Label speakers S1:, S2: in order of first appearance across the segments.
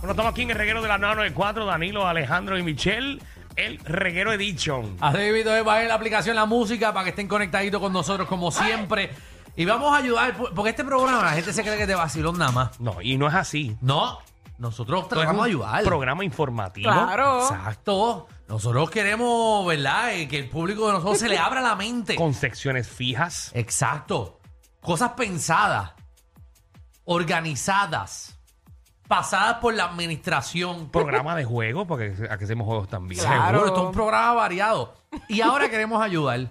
S1: Bueno, estamos aquí en el reguero de la 994, Danilo, Alejandro y Michelle, el reguero Edition.
S2: Así mismo es, eh, bajen la aplicación, la música, para que estén conectaditos con nosotros como siempre. Y vamos a ayudar, por- porque este programa la gente se cree que es de vacilón nada más.
S1: No, y no es así.
S2: No, nosotros
S1: Esto es
S2: tratamos de
S1: un
S2: ayudar.
S1: Programa informativo.
S3: Claro.
S2: Exacto. Nosotros queremos, ¿verdad? Eh, Que el público de nosotros se le abra la mente.
S1: Con secciones fijas.
S2: Exacto. Cosas pensadas, organizadas, pasadas por la administración.
S1: Programa de juego, porque aquí hacemos juegos también.
S3: Claro.
S2: Seguro, esto es un programa variado. Y ahora queremos ayudar.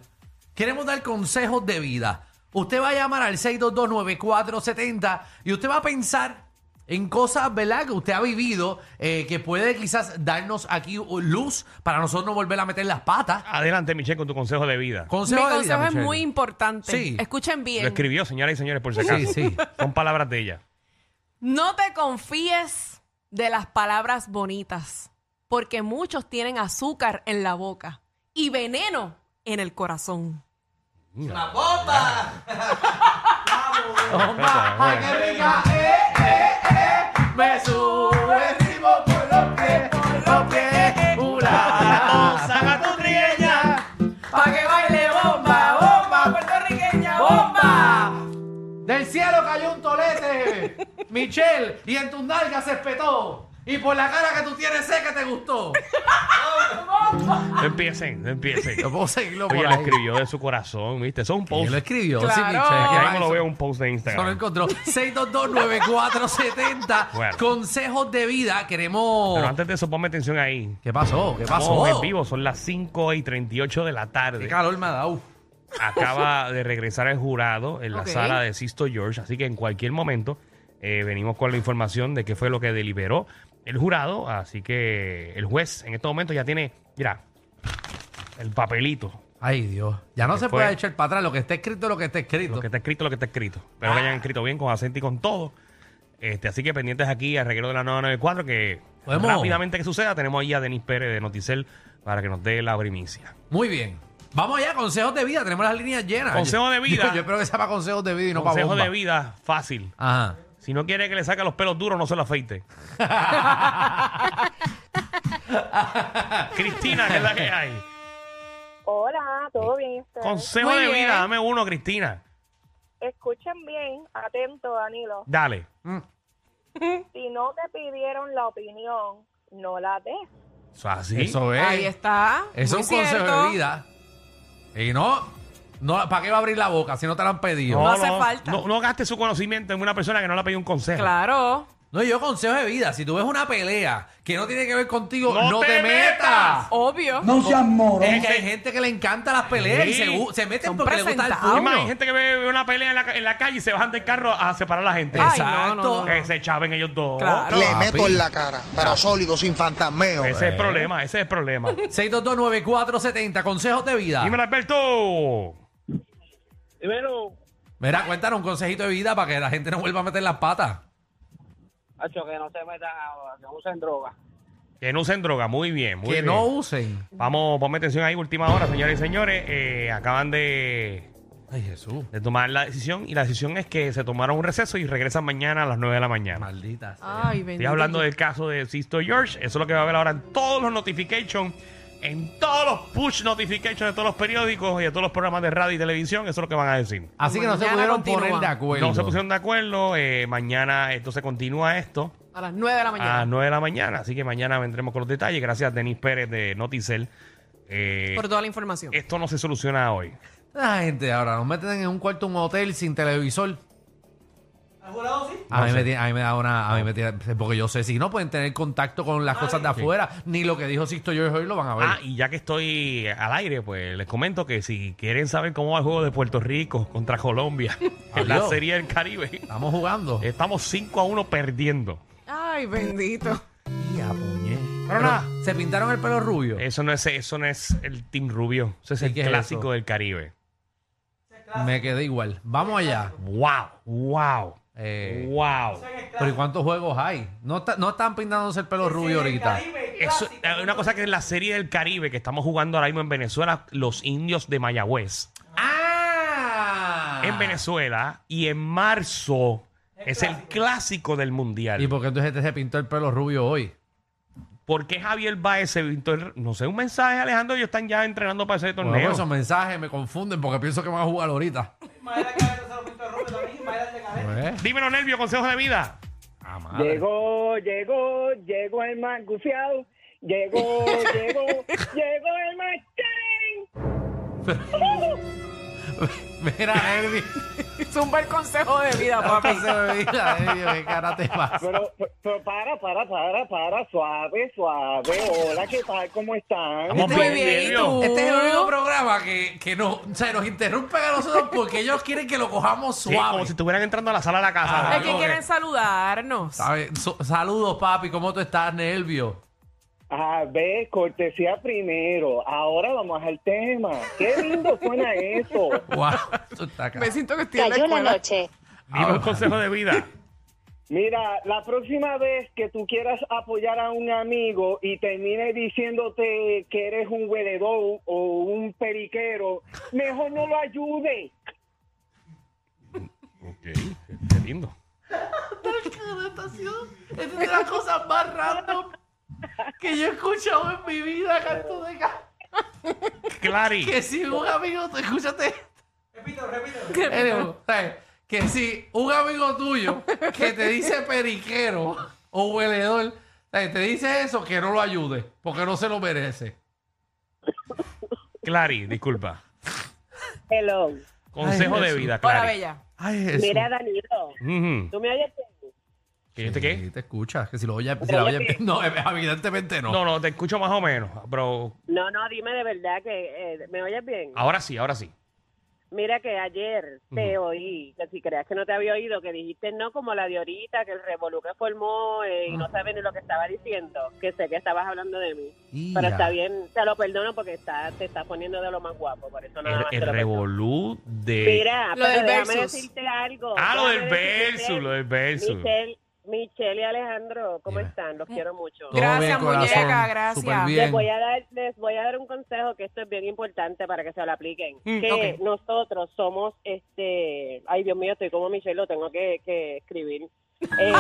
S2: Queremos dar consejos de vida. Usted va a llamar al 6229470 y usted va a pensar en cosas, ¿verdad?, que usted ha vivido, eh, que puede quizás darnos aquí luz para nosotros no volver a meter las patas.
S1: Adelante, Michelle, con tu consejo de vida.
S2: Consejos
S3: Mi
S2: de vida,
S3: consejo es
S2: Michelle.
S3: muy importante.
S2: Sí.
S3: Escuchen
S1: Lo
S3: bien.
S1: escribió, señoras y señores, por si
S2: Sí,
S1: acaso.
S2: sí.
S1: Son palabras de ella.
S3: No te confíes de las palabras bonitas, porque muchos tienen azúcar en la boca y veneno en el corazón.
S2: Toma, ay, qué rica, eh, eh, eh. Me sube encima por los pies, por los pies. Ula,
S1: Saca tu trigueña.
S2: Pa' que baile bomba, bomba, puertorriqueña, bomba. Del cielo cayó un tolete, Michelle, y en tus nalgas se espetó. Y por la cara que tú tienes sé que te gustó.
S1: No empiecen, no empiecen.
S2: Yo puedo seguirlo por
S1: Oye, lo
S2: ahí.
S1: escribió de su corazón, ¿viste? Eso es un
S2: Él
S1: post.
S2: lo escribió, sí,
S3: Claro.
S2: Michelle.
S1: Que
S2: que
S1: ahí
S2: va
S1: me lo
S2: eso.
S1: veo en un post de
S2: Solo
S1: Instagram.
S2: encontró 6229470
S1: Bueno.
S2: consejos de vida. Queremos...
S1: Pero antes de eso, ponme atención ahí.
S2: ¿Qué pasó? ¿Qué pasó?
S1: Estamos en vivo, son las 5 y 38 de la tarde.
S2: Qué calor me ha dado.
S1: acaba de regresar el jurado en la
S3: Ok.
S1: sala de Sisto George, así que en cualquier momento eh, venimos con la información de qué fue lo que deliberó el jurado, así que el juez en este momento ya tiene, mira, el papelito,
S2: Ay, Dios. Ya no
S1: ¿Qué
S2: se
S1: fue?
S2: puede echar para atrás. Lo que está escrito es lo que está escrito. Ah.
S1: lo que está escrito, lo que está escrito, pero que hayan escrito bien con acento y con todo. Este, así que pendientes aquí al reguero de la 994 que
S2: Podemos-
S1: rápidamente que suceda tenemos ahí a Denis Pérez de Noticel para que nos dé la primicia.
S2: Muy bien. Vamos allá, consejos de vida. Tenemos las líneas llenas.
S1: Consejos de vida.
S2: Yo, yo espero que sea para consejos de vida y no
S1: Consejo
S2: para bomba.
S1: de vida fácil.
S2: Ajá.
S1: Si no quiere que le saque los pelos duros, no se lo afeite. Cristina, ¿qué es la que hay?
S4: Hola, ¿todo bien? y ustedes?
S1: Consejo
S3: Muy
S1: de
S3: bien.
S1: vida, dame uno, Cristina.
S4: Escuchen bien, atento Danilo.
S1: Dale.
S4: Si no te pidieron la opinión, no la des.
S1: Eso así.
S2: Eso es.
S3: Ahí está.
S2: Eso
S3: Muy
S2: es un consejo
S3: cierto.
S2: de vida. Y no, no ¿para qué va a abrir la boca si no te lo han pedido?
S3: No. hace falta.
S1: No, no gaste su conocimiento en una persona que no le ha pedido un consejo.
S3: Claro.
S2: No, yo consejo de vida. Si tú ves una pelea que no tiene que ver contigo,
S1: ¡No
S2: no,
S1: te
S2: te,
S1: metas!
S2: metas.
S3: Obvio.
S2: Es que hay gente que le encanta las peleas y
S1: Sí.
S2: se, bu- se meten
S3: Son
S2: porque le gusta el
S3: presentados.
S1: Es más, hay
S2: puño.
S1: gente que ve ve una pelea en la, ca- en la calle y se bajan del carro a separar a la gente.
S3: Ay,
S2: Exacto.
S3: no, no, no.
S1: Que se chaven ellos dos.
S3: Claro.
S5: Le
S2: Papi.
S5: meto en la cara, pero sólido, sin fantasmeo.
S1: Ese es el problema, ese es el problema.
S2: 6229470, consejos de vida.
S1: Dímelo, Alberto.
S6: Primero,
S2: Mira, cuéntanos un consejito de vida para que la gente no vuelva a meter las patas.
S6: hacho, que no se metan, a- que no usen droga.
S1: Que no usen droga. Muy bien, muy
S2: que
S1: bien.
S2: no usen.
S1: Vamos, ponme atención ahí, última hora, señoras y señores. Eh, acaban de,
S2: Ay, Jesús.
S1: de tomar la decisión y la decisión es que se tomaron un receso y regresan mañana a las 9 de la mañana.
S2: Maldita. sea.
S3: Ay, bendito.
S1: Estoy hablando del caso de Sisto George. Eso es lo que va a haber ahora en todos los notifications, en todos los push notifications de todos los periódicos y de todos los programas de radio y televisión. Eso es lo que van a decir.
S2: Así que no se
S3: Mañana
S2: pudieron
S3: continúa.
S2: poner de acuerdo.
S1: No se pusieron de acuerdo. eh, mañana entonces continúa esto
S3: A las 9 de
S1: a
S3: la
S2: Ah,
S3: mañana.
S1: las 9 de la mañana. Así que mañana vendremos con los detalles. Gracias a Denis Pérez de Noticel. Eh,
S3: Por toda la información.
S1: esto no se soluciona hoy.
S2: La gente ahora nos meten en un cuarto, un hotel sin televisor. A mí, me, tiene- a mí me da una. A mí me tiene, porque yo sé, si no pueden tener contacto con las cosas de afuera, ni lo que dijo Sisto George hoy lo van a ver.
S1: Ah, y ya que estoy al aire, pues les comento que si quieren saber cómo va el juego de Puerto Rico contra Colombia en la
S2: Adiós.
S1: Serie del Caribe,
S2: Estamos jugando.
S1: estamos 5 a 1 perdiendo.
S3: Ay, Ay, bendito.
S2: Ya, puñe.
S1: Pero nada.
S2: Se pintaron el pelo rubio.
S1: Eso no es, eso no es el Team Rubio. Eso es
S2: ¿Y
S1: el
S2: qué es
S1: clásico
S2: eso?
S1: del Caribe.
S2: Me quedé igual. Vamos allá.
S1: ¡Wow! ¡Wow!
S2: Eh,
S1: ¡Wow!
S2: pero ¿y cuántos juegos hay? No, ta- no están pintándose el pelo rubio ahorita.
S1: Eso, eh, una cosa que es la serie del Caribe que estamos jugando ahora mismo en Venezuela, los indios de Mayagüez.
S2: ¡Ah!
S1: En Venezuela y en marzo es el clásico del mundial.
S2: ¿Y por qué entonces este se pintó el pelo rubio hoy?
S1: ¿Por qué Javier Baez se pintó el- No sé, un mensaje, Alejandro. Ellos están ya entrenando para ese
S2: Bueno,
S1: torneo.
S2: pues esos mensajes me confunden porque pienso que van a jugar ahorita. Pues,
S1: Dímelo, Nervio, consejos de vida.
S2: ah, madre.
S6: Llegó, llegó, llegó el más gufiado. Llegó, llegó, llegó el más ching.
S2: Pues, Mira, Elvi.
S3: Zumba el consejo de vida, papi.
S2: Papi se me mira, Elvi, qué cara te pasa.
S6: Pero, pero para, para, para, para, suave, suave. Hola, ¿qué tal? ¿Cómo están?
S1: Vamos
S3: Muy bien, ¿y tú?
S2: Este es el único programa que, que nos, se nos interrumpen a nosotros porque ellos quieren que lo cojamos
S1: Sí, como
S2: suave.
S1: si estuvieran entrando a la sala de la casa.
S2: Ah,
S3: Es que
S2: ok. Ah.
S3: quieren saludarnos.
S2: ¿Sabes? So- saludos, papi. ¿Cómo tú estás, Nervio?
S6: A ver, cortesía primero. Ahora vamos al tema. Qué lindo suena eso.
S2: Wow, tú estás acá.
S3: Me siento que estoy en la
S7: Cayó la
S3: escuela.
S7: noche.
S1: Dime un consejo de vida.
S6: Mira, la próxima vez que tú quieras apoyar a un amigo y termine diciéndote que eres un hueledor o un periquero, mejor no lo ayude.
S1: Ok, qué lindo.
S2: Esta es de las cosas más random que yo he escuchado en mi vida, canto de ca-
S1: Clary.
S2: Que si un amigo, tú- escúchate. Repito, repito. Que si un amigo tuyo que te dice periquero o hueledor, ¿sabes? te dice eso, que no lo ayude, porque no se lo merece.
S1: Clary, disculpa.
S4: Hello.
S1: Consejo
S2: Ay,
S1: de
S2: Jesús.
S1: vida,
S3: Hola,
S1: Clary.
S3: bella.
S2: Ay,
S4: Mira, Danilo,
S1: Ujú.
S4: ¿tú me oyes bien?
S1: ¿Que yo te qué?
S2: Sí, te escuchas, que si lo oyes, si la oyes- no, evidentemente no.
S1: No, no, te escucho más o menos, pero
S4: No, no, dime de verdad que eh, me oyes bien.
S1: ahora sí, ahora sí.
S4: Mira que ayer te oí, que si creas que no te había oído, que dijiste no como la de ahorita, que el revolú que formó eh, y no sabes ni lo que estaba diciendo, que sé que estabas hablando de mí. Pero
S2: Ya.
S4: está bien, te lo perdono porque está, te estás poniendo de lo más guapo, por eso nada
S1: El,
S4: más te
S1: el
S4: lo perdono.
S1: revolú de...
S4: Mira,
S3: Lo
S4: pero
S3: del
S4: déjame
S3: versus.
S4: decirte algo.
S1: Ah, lo del
S4: déjame decirte,
S1: verso, lo del verso.
S4: Michelle, Michelle y Alejandro, ¿cómo
S2: Dime.
S4: están?
S3: Eh,
S4: Los quiero mucho.
S2: Todo
S3: Gracias,
S2: bien, corazón.
S3: muñeca, gracias.
S2: Súper bien.
S4: Les voy, a dar, les voy a dar un consejo que esto es bien importante para que se lo apliquen.
S1: Mm,
S4: que
S1: ok.
S4: nosotros somos, este, ay Dios mío, estoy como Michelle, lo tengo que, que escribir. Eh,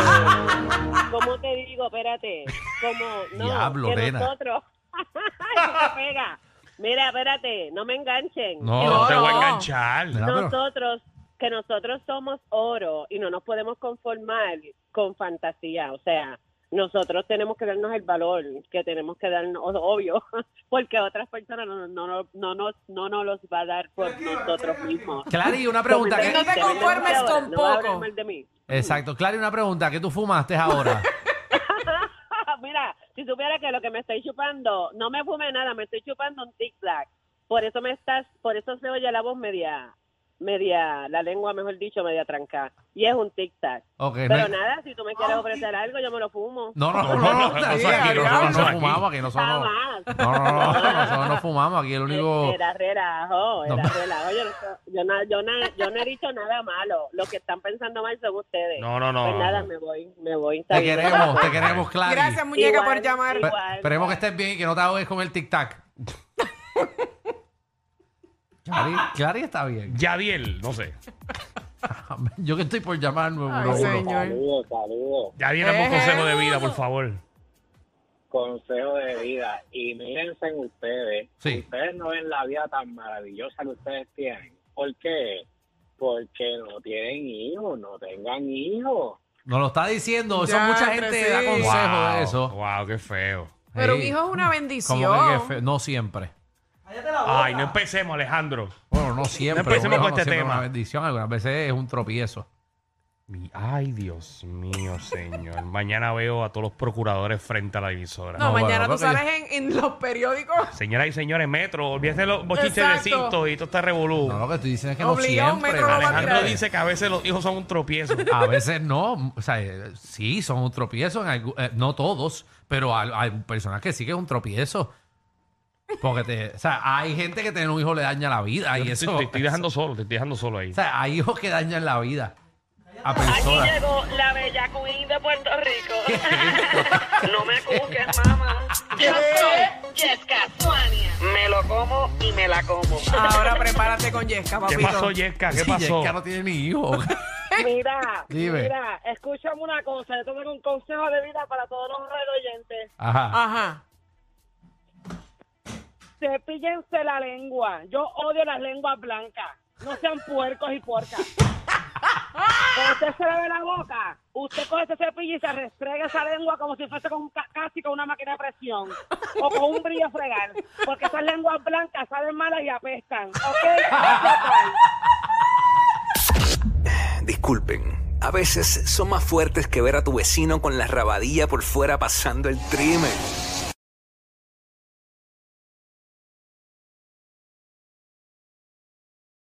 S4: ¿Cómo te digo? Espérate. Como, no,
S2: Diablo,
S4: que
S2: nena.
S4: nosotros. Ay, me pega. Mira, espérate, no me enganchen.
S2: No,
S1: No, te voy a
S3: no.
S1: enganchar.
S2: Mira, pero-
S4: Nosotros, que nosotros somos oro y no nos podemos conformar con fantasía, o sea, nosotros tenemos que darnos el valor que tenemos que darnos, obvio, porque otras personas no, no, no, no, nos- no nos los va a dar por nosotros mismos.
S2: Clary, una pregunta.
S4: Como
S2: ¿qué-
S3: No te
S4: dice,
S3: conformes
S4: ¿verdad?
S3: con
S4: No vas a hablar
S3: poco.
S4: mal de mí.
S2: Exacto. Clary, una pregunta. ¿Qué tú fumaste ahora?
S4: Mira, si supiera que lo que me estoy chupando, no me fume nada, me estoy chupando un zigzag. Por eso me estás, por eso se oye la voz media, media, la lengua, mejor dicho, media tranca. Y es un tic-tac.
S2: Ok,
S4: Pero
S2: Eh, no- Oh,
S4: nada, si tú me quieres ofrecer algo, yo me lo fumo.
S2: No, no, no, no, no,
S1: no,
S2: aquí,
S1: no,
S2: aquí,
S1: no,
S2: nosotros
S1: no,
S2: no
S1: aquí.
S2: fumamos aquí, nosotros no.
S4: Jamás.
S2: No, no, no, no, nosotros no fumamos aquí, el único.
S4: Era relajo, era
S2: No.
S4: relajo. Yo no, yo, no, yo, no, yo no he dicho nada malo. Los que están pensando mal son ustedes.
S1: No, no, no.
S4: Pues nada, me voy, me voy. Está
S2: Te
S4: bien.
S2: queremos, te queremos, Clary.
S3: Gracias, muñeca, por
S4: Igual,
S3: llamar.
S4: igual.
S2: Pe- Esperemos que estés bien y que no te ahogues con el tic-tac. Clary, Clary está bien.
S1: Yadiel, no sé.
S2: Yo que estoy por llamar al
S3: Ay,
S2: 911.
S3: señor.
S6: Saludos, saludos.
S1: Yadiel, dame un
S3: Eh.
S1: consejo de vida, por favor.
S6: Consejo de vida. Y mírense en ustedes.
S2: Sí.
S6: Ustedes no ven la vida tan maravillosa que ustedes tienen. ¿Por qué? Porque no tienen hijos, no tengan hijos.
S2: Nos lo está diciendo, eso
S3: Ya,
S2: mucha
S3: entre
S2: gente
S3: sí.
S2: da consejo de eso.
S1: Wow, qué feo.
S3: Pero un
S2: Sí.
S3: hijo es una
S2: Como
S3: bendición.
S2: que, qué feo. no siempre.
S1: Ay, no empecemos, Alejandro.
S2: Bueno, no siempre.
S1: empecemos
S2: bueno,
S1: con
S2: no
S1: este
S2: siempre es
S1: tema.
S2: Una bendición, algunas veces es un tropiezo.
S1: Mi- Ay, Dios mío, señor. Mañana veo a todos los procuradores frente a la divisora.
S3: No,
S2: No,
S3: mañana
S2: bueno,
S3: tú
S2: creo que
S3: sales en, en los periódicos.
S1: Señoras y señores, Metro, olvídense los bochinches de
S3: Exacto.
S1: cintos y todo está revolú.
S2: No, lo que estoy diciendo es que no
S3: Obligado,
S2: siempre.
S3: Metro lo va a
S2: Alejandro
S1: Alejandro
S3: tirar.
S2: dice-
S1: dice que a veces los hijos son un tropiezo.
S2: A veces no, o sea, eh, sí, son un tropiezo, en algu- eh, no todos, pero al- hay personas que sí que es un tropiezo. Porque te, o sea, hay gente que tener un hijo le daña la vida y
S1: Te-
S2: eso.
S1: te estoy dejando solo, te estoy dejando solo ahí.
S2: O sea, hay hijos que dañan la vida a
S4: Aquí
S2: personas.
S4: llegó la bella queen de Puerto Rico. no me cuques, mamá. Yo soy Jessica Suania. Me lo como y me la como.
S3: Ahora prepárate con Yesca,
S1: ¿Qué
S3: papito.
S1: pasó, Yesca? ¿Qué
S2: Sí,
S1: pasó?
S2: Yesca no tiene ni hijo.
S4: Mira,
S2: Dime.
S4: mira, escúchame una cosa. Yo tengo un consejo de vida para todos los oyentes.
S2: Ajá.
S3: Ajá.
S4: Cepíllense la lengua. Yo odio las lenguas blancas. No sean puercos y puercas. Cuando usted se lave la boca, usted coge ese cepillo y se restrega esa lengua como si fuese con un ca- casi con una máquina de presión o con un brillo fregar. Porque esas lenguas blancas salen malas y apestan. ¿Ok?
S7: Eh, Disculpen, a veces son más fuertes que ver a tu vecino con la rabadilla por fuera pasando el trimen.